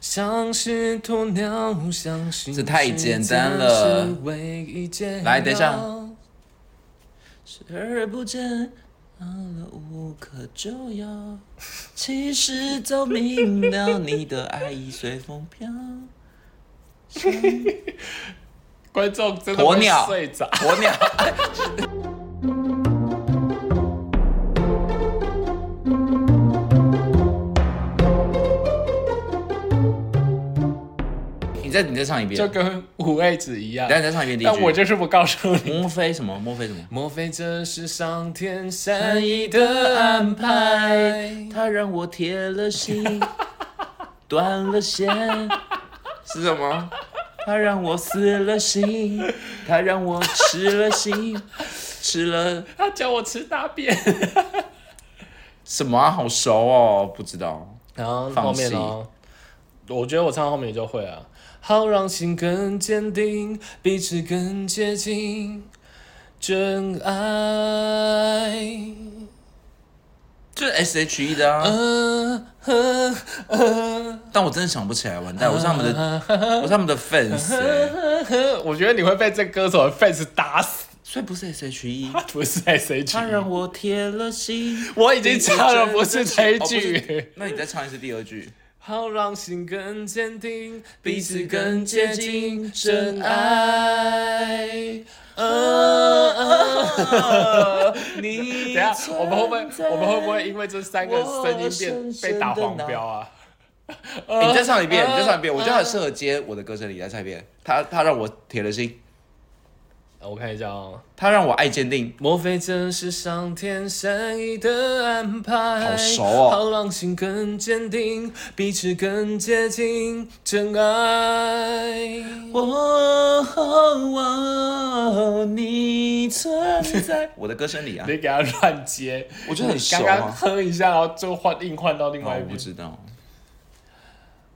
像是鸵鸟，相信这太简单了时间是唯一解药来等一下视而不见，到了无可救药。 其实早明了，你的爱已随风飘。观众真的鸵会鸟睡着。鸵鸟。你再你再唱一遍就，跟五味子一样等。下你再唱一遍第一但我句。就是不告诉你，莫非什么？莫非什么？莫非这是上天善意的安排？他让我铁 了心，断了线，是什么？他让我死了心，他让我吃了 心，吃了他叫我吃大 便。什么、啊？好熟哦，不知道。然后放后面哦，我觉得我唱后面就会啊了。好让心更坚定，彼此更接近，真爱。就是 S H E 的啊，嗯嗯嗯，但我真的想不起来，完蛋，我是他们嗯的，我是他们的 fans，、欸、 我觉得你会被这歌手的 fans 打死。所以不是 S H E。他不是 S H，他让我铁了心，我已经唱了，不是这一哦不句是。那你再唱一次第二句。好让心更坚定，彼彼此此更更接接近近，真真爱。嗯等你一下，我们会不会，我们会不会因为这三个声音我深变深被打地黄拿标啊？欸你再唱一嗯遍，你再唱一遍，我觉得很适合接我的歌声里。你再唱一遍，他他让我铁了心，我看一下哦，他让我爱坚定。莫非这是上天善意的安排？好熟哦好让心更坚定，彼此更接近，真爱。我我你存在， 我的歌声里啊，你给他乱接，我觉得很熟刚刚啊。哼一下，然后就换硬换到另外一哦我边不。知道，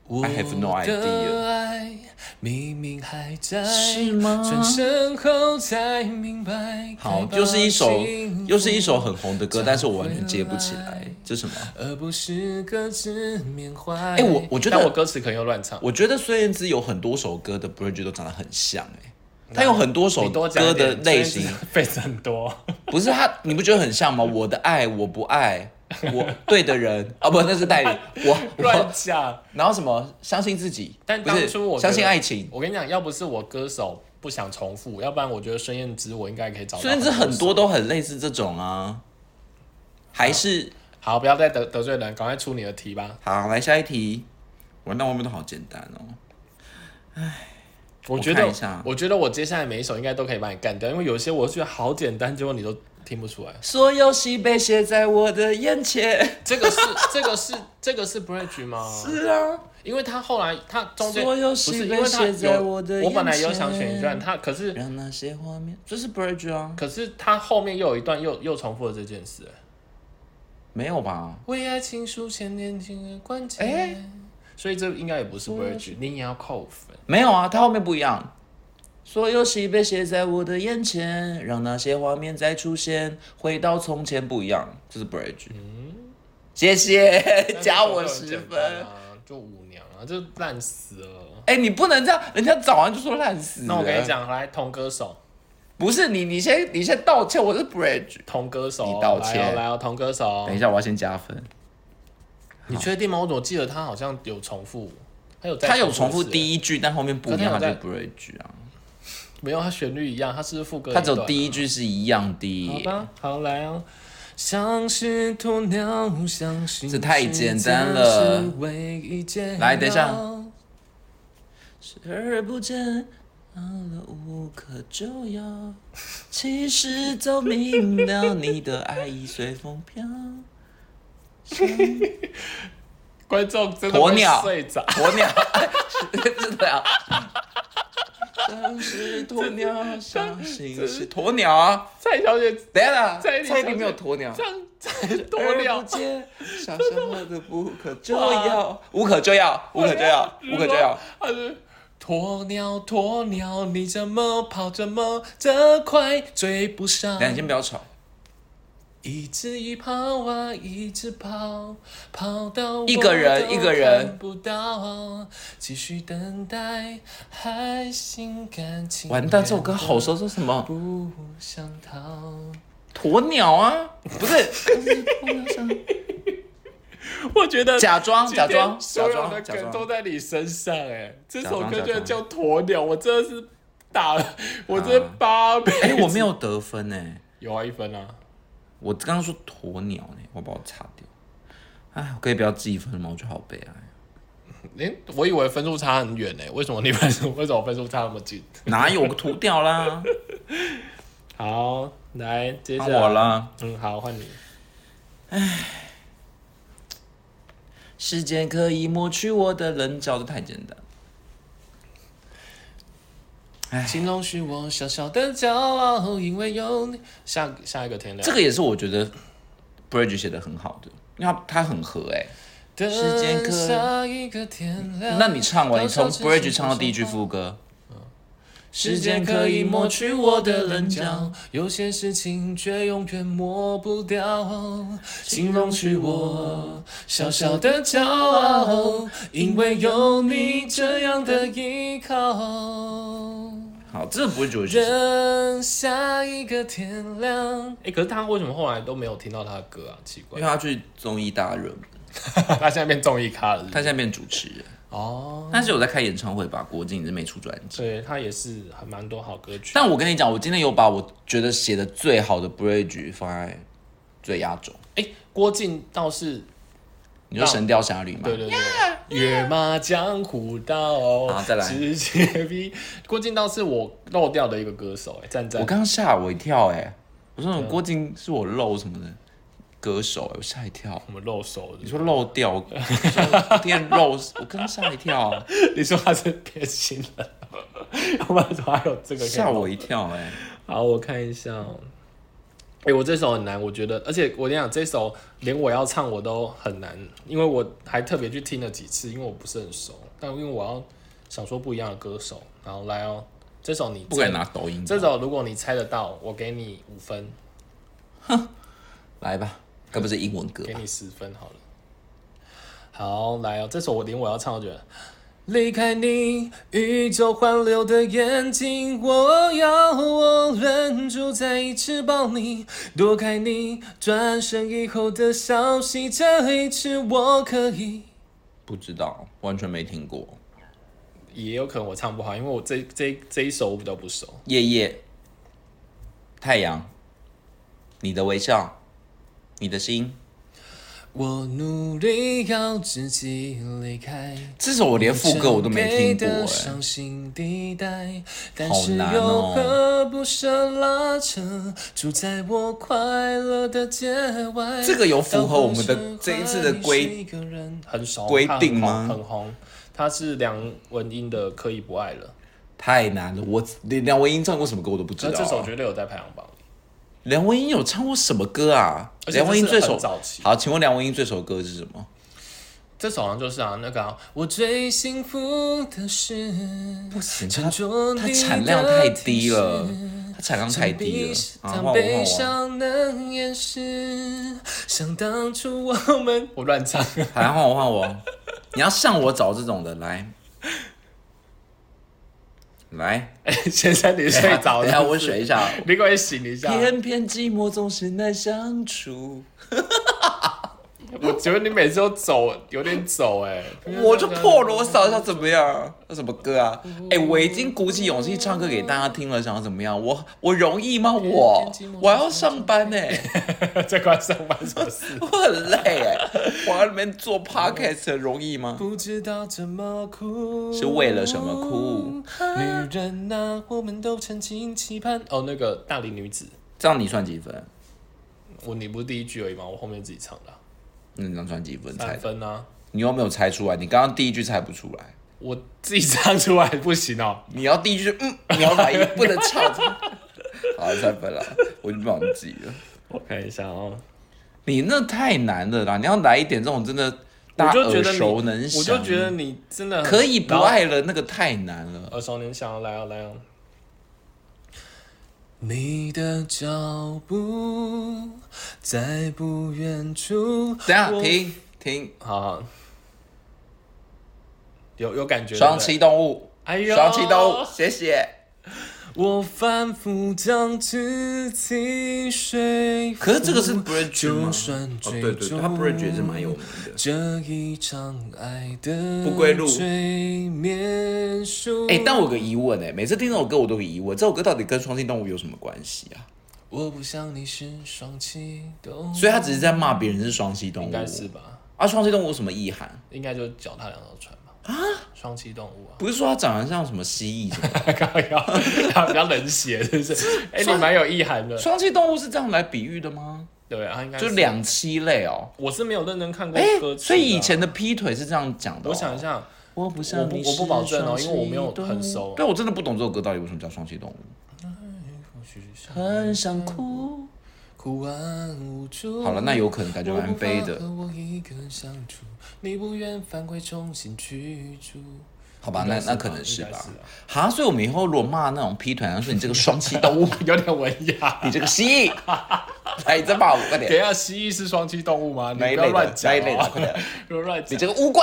我 have no 的爱明明还在，是吗转身后才明白。好该，抱又是一首紧又是一首很红的歌，但是我完全接不起来，这是什么？而不是各自缅怀。哎哎，我我觉但我得歌词可能又乱唱。我觉得孙燕姿有很多首歌的 bridge 都长得很像哎，她有很多首你多讲歌一的点类型， 非常 多。不是他，你不觉得很像吗？我的爱，我不 爱，我对的人啊，不，那是代理我乱我，讲。然后什么相信自己，但不是当初我觉相得信爱情。我跟你讲，要不是我歌手不想重复，要不然我觉得孙燕姿我应该可以找到。孙燕姿很。多都很类似这种啊，还是好，不要再得得罪人，赶快出你的题吧。好来下一题，完蛋，外面都好简单哦。我觉我得看一下，。我觉得我接下来每一首应该都可以把你干掉，因为有些我觉得好简单，结果你都听不出来所有喜悲写在我的眼前。这个是这个是这个是 bridge 吗？是啊，因为他后来他中间所有不喜是因悲为他写在有我的我本来眼有想选一段，前他可是让那些画面，这是 bridge 啊？可是他后面又有一段又又重复了这件事。没有吧？为爱情书签年轻的关键。哎所以这应该也不是 bridge，你也要扣分。没有啊，它后面不一样。所有喜悲写在我的眼前，让那些画面再出现，回到从前不一样。这是 bridge。谢嗯 谢， 加我十分。啊，就舞娘啊，就烂死了。哎、你不能这样，人家早上就说烂死。那我跟你，讲，来同歌手，不是你，你先，你先道歉，我是 bridge。同歌手，你道歉来哦，来哦，同歌手等。一下，我要先加分。你确定吗？我怎么记得他好像有重复，他有再他有重复一次第一句，但后面不一样，可他是就他有在 bridge 啊。欸，没有，他旋律一样，他是不是副歌，他只有第一一句是一样段啊。的。好吧，好来啊哦，像是鸵鸟，相信这太简单时间了是唯一解药来等一下视而不见，到了无可救药。其实早明了，你的爱已随风飘。观众真的会鸵鸟睡着。鸵鸟， 真的啊，像是鸵鸵鸟，相信是鸵鸟啊。蔡小姐，等一下啦，蔡依林蔡依林没有鸵鸟这，样才鸵鸟，见，想象我的无可救药，无可救药，无可救药，无可救药。他是鸵鸟，鸵鸟，你怎么跑这么这快，追不上哎等一？下，你先不要吵。一直一跑啊，一直跑，跑到我一个人都一个人看不到，啊继续等待，还心甘情愿。完蛋，这首歌好，熟，这是什么？不想逃。鸵鸟啊，不是，我觉得 假装今假天装所假有装的假梗都装，在你身上哎，这假首装歌假居然叫装啊鸵鸟，我真的是打了，我这八倍。哎，我没有得分哎。有啊，一分啊。我刚刚说鸵鸟呢，我把我擦掉。哎，我可以不要记分吗？我觉得好悲哀。啊 哎、我以为分数差很远呢、为什么你们为什么分数 差那么近？哪有我涂 掉啦？好，来接下看来我。啦。嗯，好，换你。啊时间可以抹去我的棱角，这太简单。形容是我小小的骄傲，因为有你。下下一个天亮。这个也是我觉得 Bridge 写的很好的，因为它它很合哎、等时间可下一个天亮。那你唱完，你从多少次 Bridge 唱到第一句副歌，时间可以抹去我的棱角，有些事情却永远抹不掉。请容许我小小的骄傲，因为有你这样的依靠。好，这不是主角。等下一个天亮。哎、可是他为什么后来都没有听到他的歌啊？奇因怪 为，他去综艺大热门，他现在变综艺咖了是不他是现在变主持人， 哦，但是有在开演唱会吧？国境也是没出专辑。对他也是还蛮多好歌曲。但我跟你讲，我今天有把我觉得写的最好的 Bridge 放在最压轴。哎、郭靖倒是你说《神雕侠侣》吗？对对对，跃马江湖道，好再来直接逼郭靖倒是我漏掉的一个歌手、哎，站在我刚刚吓我一跳、哎，我说郭靖是我漏什么的歌手、哎，我吓一跳。我们漏手的 你，说漏掉，我说天漏，我刚刚吓一 跳、你说他是变心了，我们怎么还有这个可以吓漏我一跳、哎，好，我看一下、哦。哎、我这首很难，我觉得，而且我跟你讲，这首连我要唱我都很难，因为我还特别去听了几次，因为我不是很熟，但因为我要想说不一样的歌手，然后来哦，这首你不敢拿抖音。这首如果你猜得到，我给你五分，来吧，该不是英文歌给吧？你十分好了。好，来哦，这首我连我要唱，我觉得。离开你，宇宙环流的眼睛，我要我忍住再一次抱你，躲开你转身以后的消息，这一次我可以。不知道，完全没听过。也有可能我唱不好，因为我这这这一首我比较不熟。夜夜，太阳，你的微笑，你的心。我努力要自己离开。这首我连副歌我都没听过、的哎，伤心地带，但好是难又哦何不舍拉扯，住在我快乐的界外。这个有符合我们的到何时这一次的规还是一个人很熟规定吗它很红很红，它是梁文音的《可以不爱了》，太难了。我连梁文音唱过什么歌我都不知那道、这首绝对有在排行榜里。梁文音有唱过什么歌啊？而且梁文音最这是首很早期好，请问梁文音最首歌是什么？这首好像就是啊，那个、啊、我最幸福的事，不行，沉他着他你的产量太提低示了，他产量太太低低了了。啊，啊换换我换我换我我当悲换我，伤能掩饰，想当初我们我乱唱。 好，换我换我。你要像我找这种的来，来，哎先生，你睡着等一了？下我水一下。 你给我醒一下。偏偏寂寞总是难相处，我觉得你每次都走，有点走哎、 我就破锣嗓，要怎么样？要什么歌啊？嗯哎、我已经鼓起勇气唱歌给大家听了，想要怎么样？我我容易吗？我我还要上班呢、 这关上班什么事？ 我很累 哎、我在里面做 podcast 容易吗？不知道怎么哭，是为了什么哭？女人呐、我们都曾经期盼。哦，那个大龄女子，这样你算几分？我你不是第一句而已吗？我后面自己唱的啊、那你能算几分猜三的？分啊，你又没有猜出来，你刚刚第一句猜不出来，我自己唱出来不行哦。你要第一句就嗯，你要来一不能 唱。好，三分了，我就忘记了。我看一下哦。你那太难了啦，你要来一点这种真的我大家就觉得耳你，熟能详。我就觉得你真的很呃可以不爱了，那个太难了。耳熟能详，来哦来哦。你的脚步在不远处。等一下我停停，好好有有感觉。双对栖动物，哎呦双栖动物，谢谢。不对我反复将自己说服。可是这个是 bridge 吗就？算哦，追对逐、对对，它 bridge 也是蛮有名的。这一场爱的不归路催眠术。哎、但我有个疑问哎、每次听这首歌我都有个疑问，这首歌到底跟双性动物有什么关系啊？我不想你是双栖动物，所以他只是在骂别人是双栖动物，应该是吧？啊？双栖动物有什么意涵？应该就是脚踏两条船吧？啊，双栖动物啊，不是说它长得像什么蜥蜴什么 的？刚要比较冷血，是不 是？哎、你蛮有意涵的。双栖动物是这样来比喻的吗？对啊，应该，就是两栖类 哦。我是没有认真看过哎、歌词、啊所以以前的劈腿是这样讲的、哦。我想一，下，我不我像不你我不保证哦是因为我没有双栖动物很熟啊对，我真的不懂这首歌到底为什么叫双栖动物。很想哭。哭完无助。好了，那有可能感觉我蛮无悲法的，和我一个人相处，你不愿返回，重新居住。好吧？应那该是吧那可能是应该吧是啊。哈，所以我们以后如果骂那种劈腿，然后说你这个双栖动物，有点文雅。你这个蜥蜴， 哎，再骂我快等一点，下，蜥蜴是双栖动物吗？你不哪一要类乱的？讲、哪一类的？哦 快，点，不要乱你讲。这个乌龟，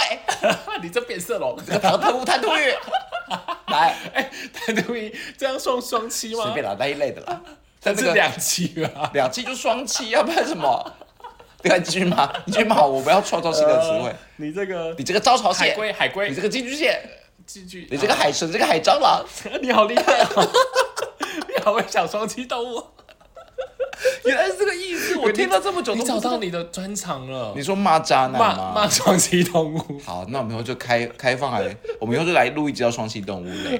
你这变 色龙，这个唐突贪图 欲，来，哎单独一这样算双栖吗？随便啦，那一类的啦。但这是个两栖吧？两栖就双栖，要不然什么？对啊，你继续骂，你继续骂我，我们要创造新的词汇。你这个你这个招潮呃海蟹，龟，海龟，你这个寄居蟹，寄居，你这个海神，这个海蟑螂， 你好厉害、哦， 你好会想双栖动物。 原来是这个意思。我听了这么久，你找到。你的专长了你，说骂渣男骂骂吗？双栖动 物。好，那我们以后就开开放来，我们以后就来录一集叫双栖动 物类。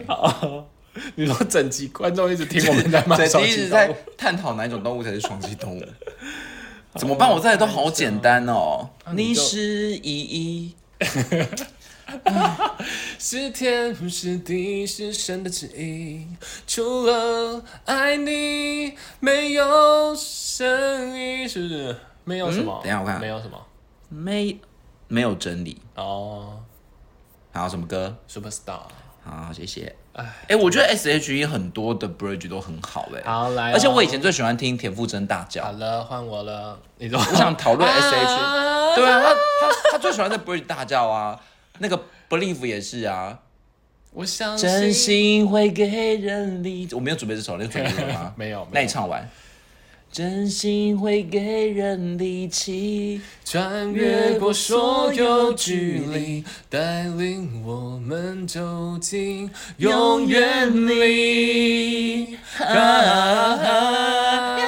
你说整集观众一直听我们在骂对，双第一直栖动在物，探讨哪一种动物才是双栖动物。怎么办？我这里都好简单哦。啊你你就是一一，是天是地是神的旨意，除了爱你，没有声音，是不是？没有什么？嗯等一下我看看没有什么。没没有真理。哦、还有什么歌？ s u p e r Star，好，谢谢。哎，我觉得 S.H.E 很多的 bridge 都很好哎。好来哦而且我以前最喜欢听田馥甄大好叫。了，换我了。你 说我 想讨论 S.H.E。啊对啊，他他他最喜欢在 bridge 大叫啊，那个 Believe 也是啊。我相信？真心会给人理，我没有准备这首，你有准备这首吗 没有没有那你唱完。真心会给人力 气，穿越过所有距离，带领我们走进永远里。啊啊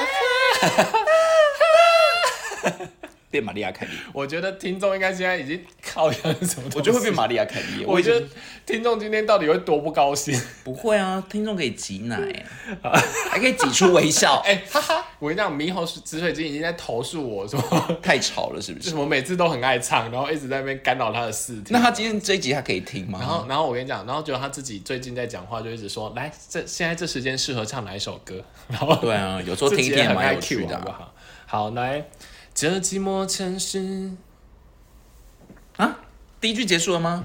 变玛利亚凯莉，我觉得听众应该现在已经靠向什么东西？我就会变玛利亚凯莉。我已经觉得听众今天到底会多不高兴？不会啊，听众可以挤奶 啊，还可以挤出微笑。 哎、哈哈！我跟你讲，猕猴紫水晶已经在投诉我说， 太吵了，是不 就是是？我每次都很爱唱，然后一直在那边干扰他的视听那。他今天这一集他可以听吗？然后，然后我跟你讲，然后就他自己最近在讲话，就一直说，来，这现在这时间适合唱哪一首歌？ 然后对啊，有时候听自一己听也也很蛮爱有趣 Q 的好不啊。好？好，来，这寂寞城市，啊第一句结束了吗？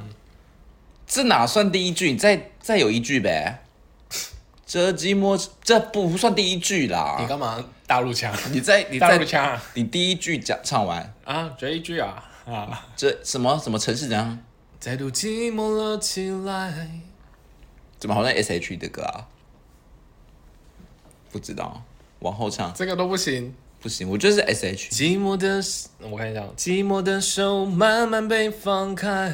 这哪算第一句？你再再有一句呗。这寂寞，这不算第一句啦。你干嘛大陆腔？你在你大在陆腔啊你第一句讲唱完，啊，这一句啊啊，这什么什么城市怎样？ 再度寂寞了起来。怎么好像 S H E 的歌啊？不知道，往后唱这个都不行。不行，我觉得是 S H。寂寞的，我看一下，寂寞的手慢慢被放开，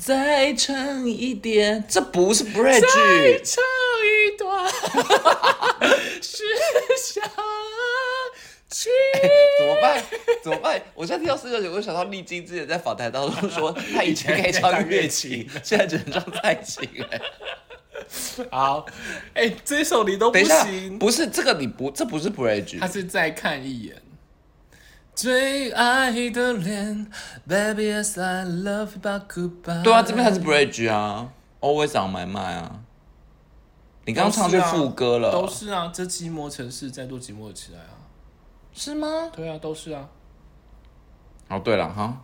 再唱一点，这不是 bridge，唱一段是想起。怎么办？怎么办？我现在听到四九九，我就想到丽晶之前在访谈当中说， 她以前可以唱乐器，现在只能唱蔡琴、 哎好，哎、这首你都不等一下，行，不是这个，你不，这不是 bridge，他是再看一眼。最爱的脸，Baby as I love you but goodbye。对啊，这边才是 bridge 啊，Always on my mind 啊。你刚刚唱的是副歌了，都是啊，这寂寞城市再度寂寞起来啊。是吗？对啊，都是啊， 哦，对了哈，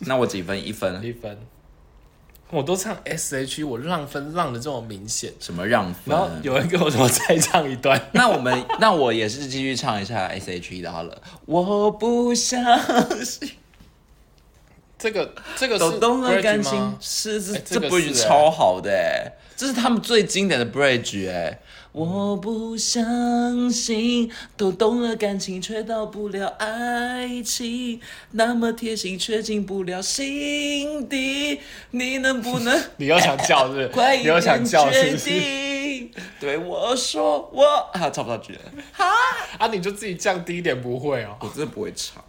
那我几分？一分。一分。我都唱 S H E，我浪分浪的这么明显。什么让然后分？有人给我说再唱一 段，那我们那我也是继续唱一下 S H E 的好了。我不相信这个这个抖是动了 Bridge 感情吗，是这哎这这个 bridge 是哎超好的哎，这是他们最经典的 bridge 哎。我不相信，都懂了感情，却到不了爱情，那么贴心却进不了心底，你能不能 你又想叫是 不快是？一你又想点叫是决不是？定？对我说我啊，唱不上去了， 啊，你就自己降低一点，不会哦。我真的不会唱。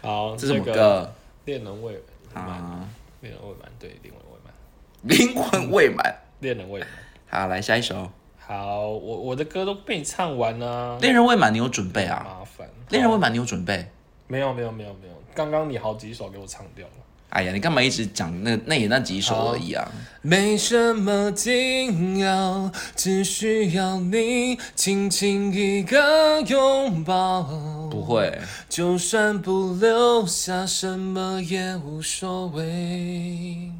好，这是什么个歌恋人未满，啊？恋人未满，对，恋人未满，灵魂未满。恋人未满。好，来下一首好，我我的歌都被你唱完了，《恋人未满》，你有准备啊？麻烦。 《恋人未满》，你有准备？没有没有没有没有，刚刚你好几首给我唱掉了。哎呀，你干嘛一直讲那那也那几首而已啊？没什么紧要，只需要你轻轻一个拥抱。不会，就算不留下什么也无所谓，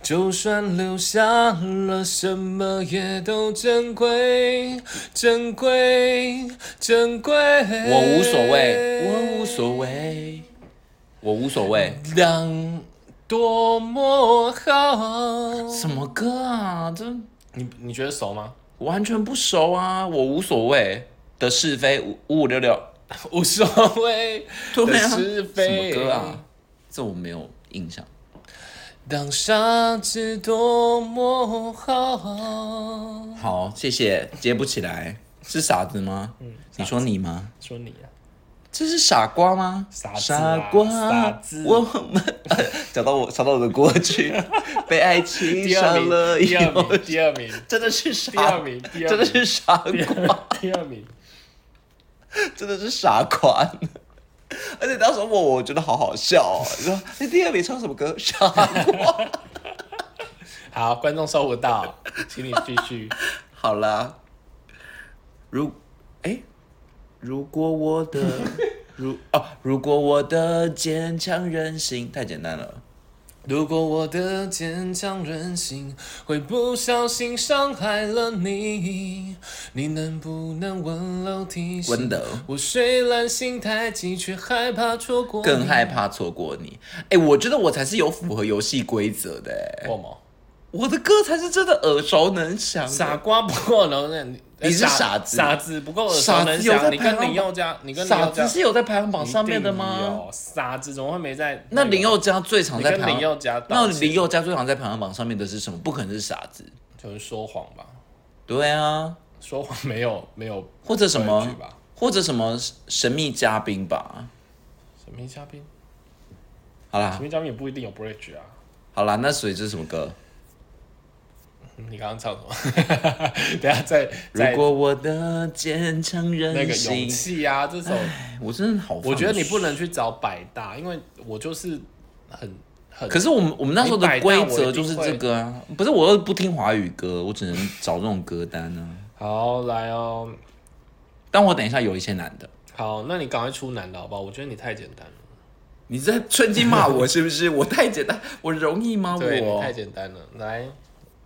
就算留下了什么也都珍贵，珍贵，珍贵。我我无所谓，我无所谓，我无所谓。让多么好。什么歌啊？这你你觉得熟吗？完全不熟啊！我无所谓的是非五五五六六，无所谓对的是啊，什非。么歌啊？？这我没有印象。当傻子多么好。好，谢谢，接不起来。是傻子吗？嗯你说你吗？说你啊。这是傻瓜吗？傻子啊傻瓜，傻子我们 找到我，找到我的过去，被爱情第二伤名，了以第二后，名，第二名，真的是傻，第二名，第二真的名，是傻第瓜，二，第二名。真的是傻瓜。而且当时问我，我觉得好好笑、哦。你说你第二名唱什么歌？傻瓜。好，观众收不到，请你继续。好啦，如哎，如果我的 如哦，如果我的坚强任性太简单了。如果我的坚强任性会不小心伤害了你，你能不能温柔提醒？温柔我虽然心太急，却害怕错过。更害怕错过你。哎、我觉得我才是有符合游戏规则的、哎，过吗？我的歌才是真的耳熟能详的。傻瓜不够能忍，你是傻傻子傻子不够耳熟傻能子有在详。你排行跟榜林宥嘉，你跟林傻宥嘉子是有在排行榜上面的一定吗？有傻子怎么会没在？那林宥嘉最常你在跟排林行，宥嘉道那歉，林宥嘉最常在排行榜上面的是什么？不可能是傻子。就是说谎吧？对啊，说谎没有没有或者什规矩么，吧？或者什么神秘嘉宾吧。神秘嘉宾，好啦神，秘嘉宾也不一定有 bridge 啊。好啦，那所以这是什么歌？你刚刚唱什么？ 等一下再如再果我的坚强那任个勇性，气啊，这首我真的好放松。我觉得你不能去找百大，因为我就是很很可是我们我们那时候的规则就是你摆烂我一这定个啊，不是我又不听华语歌，我只能找这种歌单啊。好来哦。但我等一下有一些难的，好，那你赶快出难的好不好？我觉得你太简单了，你在趁机骂我是不是？我太简单，我容易吗？啊对，你太我简单了。来，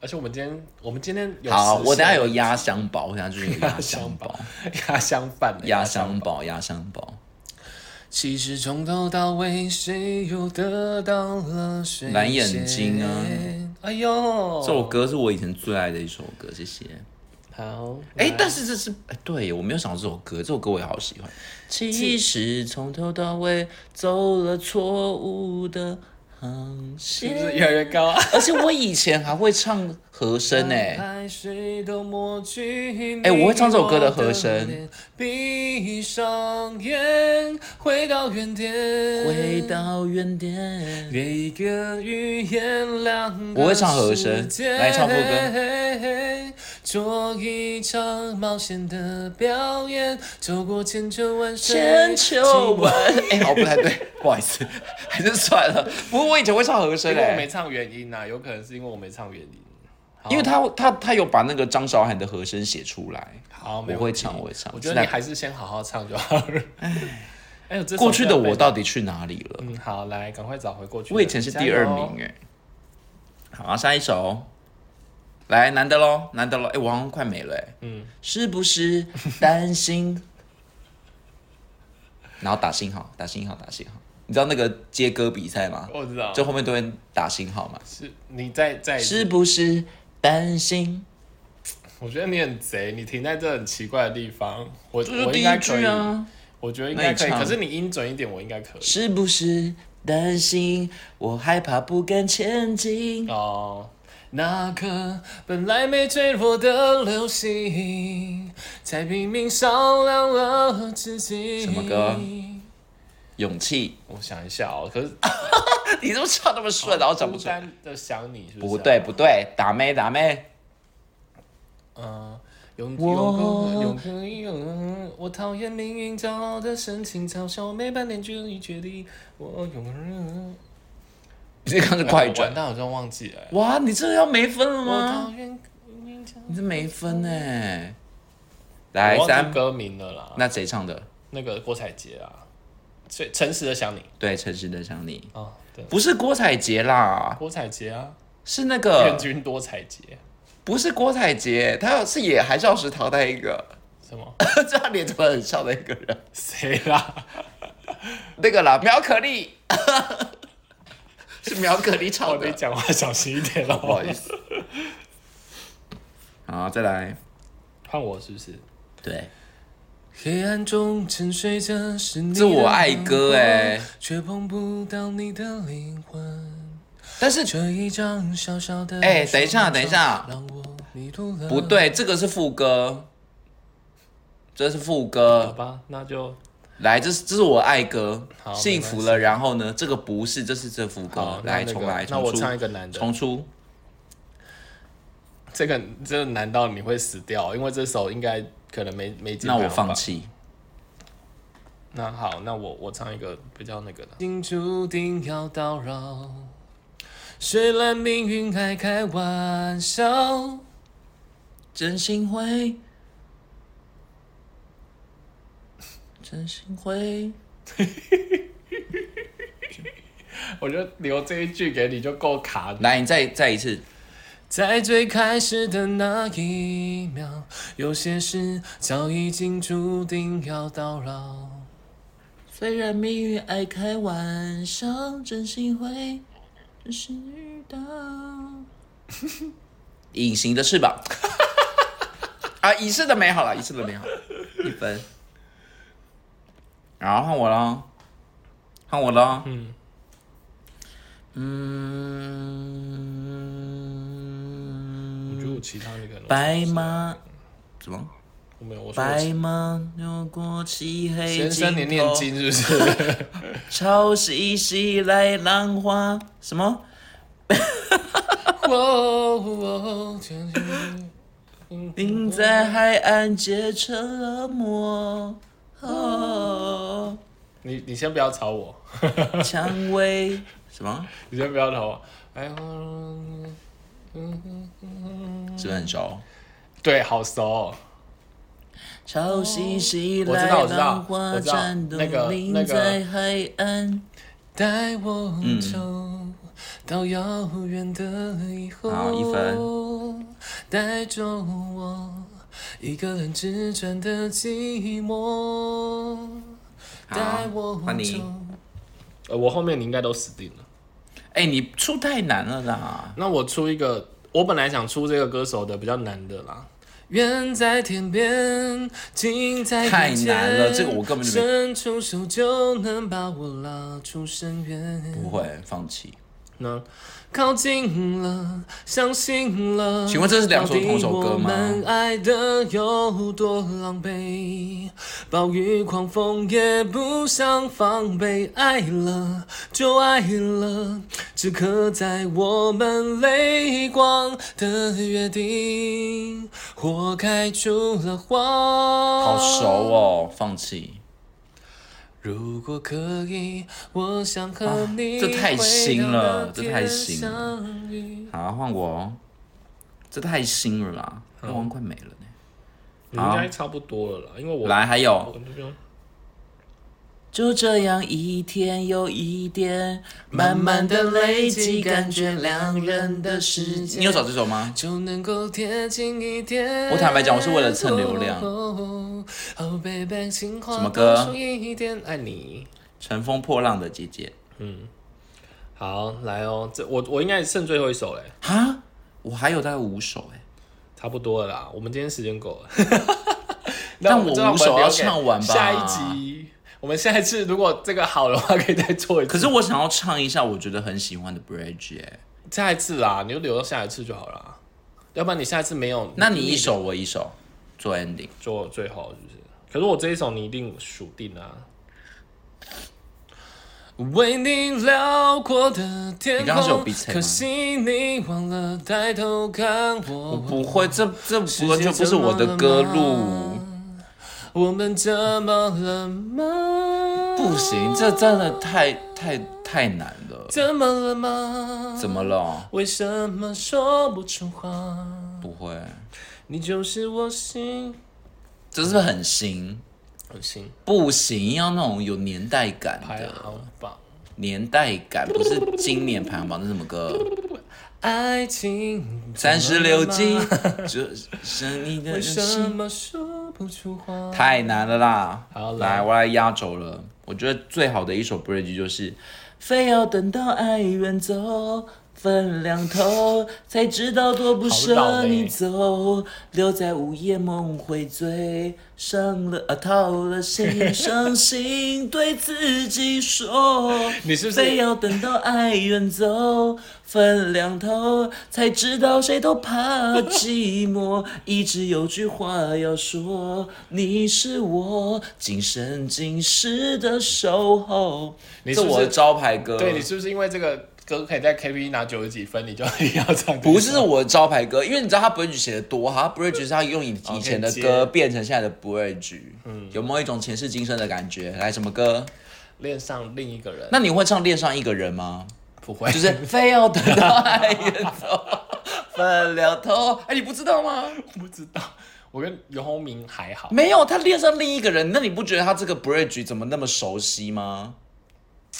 而且我们今天我们今天有好，实我等一下现有压箱宝，我等一下就是有压箱箱宝宝，压箱饭的压箱宝，压箱宝。其实从头到尾，谁又得到了谁？蓝眼睛啊！哎呦，这首歌是我以前最爱的一首歌，谢谢。哦好。哎、来但是这是哎，对我没有想到这首歌，这首歌我也好喜欢。其实从头到尾走了错误的航是不是线，越来越高 啊？而且我以前还会唱和声欸呢、海水都抹去哎我会唱这首歌的和声你我脸。闭上眼，回到原点，回到原点，一个语言两我会唱和声来唱副歌。做一场冒险的表演，走过千秋万水，千秋万。万。哎、好不太 对，不好意思，还是算了。不过我以前会唱和声欸因呢、为我没唱原音呐、有可能是因为我没唱原音。好因为他他他有把那个张韶涵的和声写出来。好，没我问会题唱，我会唱。我觉是得那你还是先好好唱就好了。哎呦，这首过去的歌被我到底去哪里了？嗯，好，来，赶快找回过去的。我以前是第二加油名哎、好啊，下一首，来男的喽，男的喽，哎、我好像快没了、哎，嗯，是 不是担心？然后打星号，打星号，打星号，你知道那个接歌比赛吗？我知道，就后面都会打星号嘛，是你在在，是不是担心？我觉得你很贼，你停在这很奇怪的地方，我这就我第应该一可以句，啊，我觉得应那该你可以，唱可是你音准一点，我应该可以是不是担心？我害怕不敢前进。哦。那颗本来没坠落的流星，才拼命照亮了自己。什么歌勇 气，我想一下哦，可是你怎么唱那么顺，然后讲不孤出来？单的想你是不是、哦啊不对，不对，打妹打妹，嗯，永我永可永永，我讨厌命运骄傲的深情嘲笑，我每半年就一决定我永。你这刚是快转我。但好像忘记了。哇，你这要没分了我讨吗？厌命运骄傲你这没分哎、我来忘记三，歌名了啦，那那谁唱的？那个郭采洁啊，最诚实的想你对，诚实的想你，啊，对，不是郭采洁啦，郭采洁啊，是那愿个，君多采洁，不是郭采洁，她是也还是要是淘汰一个， 什么 这她脸怎么很像的一个人？谁啊啦？那个啦，苗可丽， 是苗可丽哦唱，的你，讲话小心一点呃不好哦意。思。好，再来，换我是不是？对，黑暗中沉睡着是你的这我爱歌哎灵魂却碰不到你的灵魂。但是这一张小小的哎等一下双手等一下让我迷路了。不，对，这个是副歌，这是副好歌。吧，那就来，这是这是我爱歌，好幸福了。然后呢，这个不是，这是这副歌好。来，那那个重来，那重我出，唱一个男的，重出。这个这个难道你会死掉？因为这首应该可能没没进那我排行榜放弃。那好，那我我唱一个比较那个的。心注定要叨扰，虽然命运爱开玩笑。真心会，真心会。我就留这一句给你就够卡。来，你再再一次。在最开始的那一秒，有些事早已经注定要叨扰。虽然命运爱开玩笑，真心会知道。 隐形的翅膀 啊，遗失的美好了，遗失的美好，一分。然后换我了，换我了。嗯我觉得嗯，我其他那个呢白马怎嗯么？我没有，我说我白马流过漆黑先生你尽念头经是不是？ 潮汐袭来，浪花什么？哦，天天您在海岸结成了魔。哦，你你先不要吵我，蔷薇什么？你先不要吵我。哎，嗯嗯嗯是不是很熟？对，好熟哦、潮汐袭我知来，道我知道浪花我知道颤动那个，您那个在海岸。嗯带我走到遥远的以后，好一带走我一个人自转的寂寞，好带我换你走。呃，我后面你应该都死定了。哎、你出太难了啦！那我出一个，我本来想出这个歌手的比较难的啦。远在天边，近在眼前太难了这个我根本就没伸出手就能把我拉出深渊。不会放弃。那靠近了，相信了。请问这是两首同首歌吗到底我们爱的有多狼狈，暴雨狂风也不想防备。爱了就爱了，只刻在我们泪光的约定，花开出了花。好熟。哦，放弃。如果可以，我想和你、啊这太新了这太新了相遇。好，换我哦。这太新了啦，嗯我好像快没了呢。你应该差不多了啦，因为我来，还有我这边就这样一天又一天，慢慢的累积，感觉两人的世界。你有找这首吗？就能够贴近一点。我坦白讲我是为了蹭流量哦哦 baby，情话什么歌多说一点爱你。乘风破浪的姐姐。好，来哦，这我我应该剩最后一首嘞，哈，我还有大概五首哎、差不多了啦，我们今天时间够了。那但我就让五首们要留给唱完吧下一集，我们下一次如果这个好的话，可以再做一次。可是我想要唱一下我觉得很喜欢的 Bridge 哎、下一次啦，你就留到下一次就好啦。要不然你下一次没有，那你一首我一首做 ending。做最好是不是？可是我这一首你一定数定啊。为你辽阔的天你刚刚是有空 beat，time 吗可惜你忘了抬头看我我。不会，这这歌就不是我的歌路，我们怎么了吗？不行，这真的太太太难了。怎么了吗？怎么了？为什么说不出话？不会，你就是我心，这是不是很新？我心不行，要那种有年代感排的行榜。年代感，不是今年排行榜那什么 歌？爱情三十六计怎么了吗，这是你的为什心，么说不出话？太难了啦！好欸来来，我来压轴了。我觉得最好的一首 bridge 就是，非要等到爱远走。分两头，才知道多好不老舍嘞你走，留在午夜梦回醉，伤了啊，掏 了心，伤心对自己说，你是不是非要等到爱远走，分两头，才知道谁都怕寂寞。一直有句话要说，你是我今生今世的守候。你是不是这我的招牌歌，对你是不是因为这个歌可以在 KTV 拿九十几分，你就一定要唱？不是，我的招牌歌，因为你知道他 bridge 写的多好，他 bridge 是他用以以前的可以接歌变成现在的 bridge，嗯，有没有一种前世今生的感觉？来，什么歌？恋上另一个人，那你会唱《恋上一个人》吗？不会，就是非要等到爱远走，分了头。哎、你不知道吗？ 不知道。 我跟尤鸿明还好，没有，他恋上另一个人，那你不觉得他这个 bridge 怎么那么熟悉吗？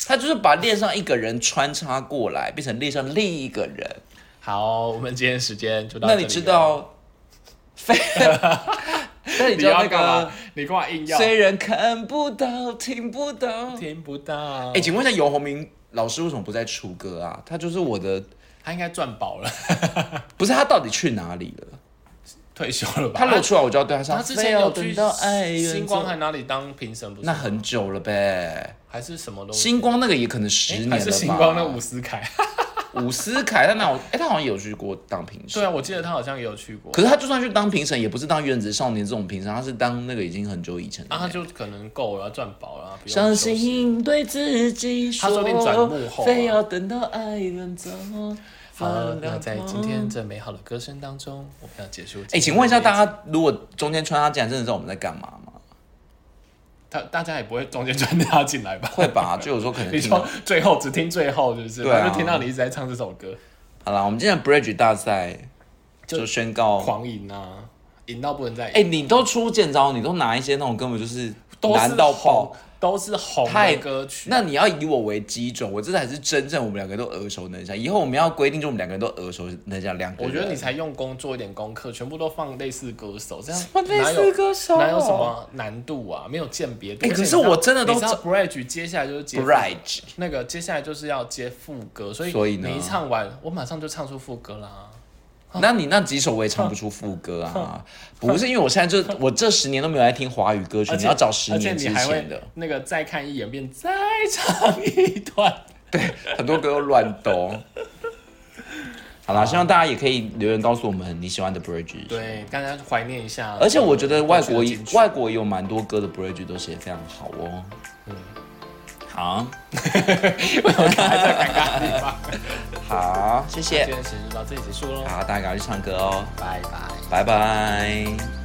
他就是把恋上一个人穿插过来，变成恋上另一个人。好，我们今天时间就到这那里。你知？道，非， 那啊你你知道要那干个嘛？你干嘛硬要？虽然看不到，听不到。哎、听不到。请问一下，游鸿明老师为什么不再出歌啊？他就是我的，他应该赚饱了，不是他到底去哪里了？退休了吧？啊他如果出来，我就要对他唱。他之前非要有去等到爱人走星光还哪里当评审不是？那很久了呗。还是什么东西？星光那个也可能十年了吧。还是星光那伍思凯？ 伍思凯，他那我哎、他好像有去过当评审。对啊，我记得他好像也有去过。可是他就算去当评审，也不是当原子少年这种评审，他是当那个已经很久以前的啊，那他个。就可能够了，赚饱了，啊不用相休息信对自己说，他说不定转幕后啊非要等到爱人走。好了，那在今天哎、这美好的歌声当中，我们要结束。哎、请问一下大，家，如果中间穿插进来，真的知道我们在干嘛吗？他大家也不会中间穿插进来吧？会吧，就有时候可 能你听到说最后只听最后，是不是？对啊他就听到你一直在唱这首歌，好啦，我们今天的 Bridge 大赛就就宣告，狂赢啊，赢到不能再赢。哎、你都出剑招，你都拿一些那种根本就是都是难到红爆，，都是红太的歌曲。那你要以我为基准，我这才是真正我们两个都耳熟能详。以后我们要规定，就我们两个人都耳熟能详，两个我人。觉得你才用功做一点功课，全部都放类似歌手，这样么类哪似有歌手哪有什么难度啊？没有鉴别度。哎而且可是你知道我真的都你知道 Bridge 接下来就是接 Bridge 那个接下来就是要接副歌，所以所以呢你一唱完，我马上就唱出副歌啦。那你那几首我也唱不出副 歌啊，不是因为我现在就我这十年都没有在听华语歌曲，而你且要找十年而且之你还前会的，那个再看一眼，便再唱一 段。很多歌都乱 抖。好啦，希望大家也可以留言告诉我们你喜欢的 Bridge。，对，大家怀念一下。而且我觉得外国过去的金曲外国有蛮多歌的 Bridge 都写得非常好哦。嗯，好，还在尴尬的地方。好，谢今谢。 天的时间就到这里结束喽，好，大家赶快去唱歌哦，拜拜。拜拜。